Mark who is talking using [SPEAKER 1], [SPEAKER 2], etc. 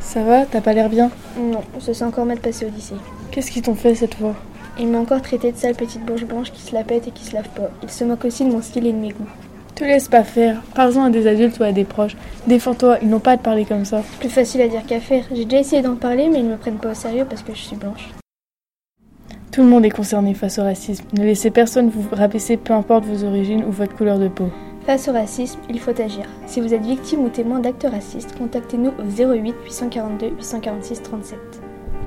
[SPEAKER 1] Ça va T'as pas l'air bien
[SPEAKER 2] Non, je sais encore m'être passé au lycée.
[SPEAKER 1] Qu'est-ce qu'ils t'ont fait cette fois
[SPEAKER 2] Il m'a encore traité de sale petite bourge blanche qui se la pète et qui se lave pas. Il se moque aussi de mon style et de mes goûts.
[SPEAKER 1] Te laisse pas faire. Parle-en à des adultes ou à des proches. Défends-toi, ils n'ont pas à te parler comme ça.
[SPEAKER 2] C'est plus facile à dire qu'à faire. J'ai déjà essayé d'en parler, mais ils me prennent pas au sérieux parce que je suis blanche.
[SPEAKER 1] Tout le monde est concerné face au racisme. Ne laissez personne vous rabaisser, peu importe vos origines ou votre couleur de peau.
[SPEAKER 2] Face au racisme, il faut agir. Si vous êtes victime ou témoin d'actes racistes, contactez-nous au 08 842 846 37.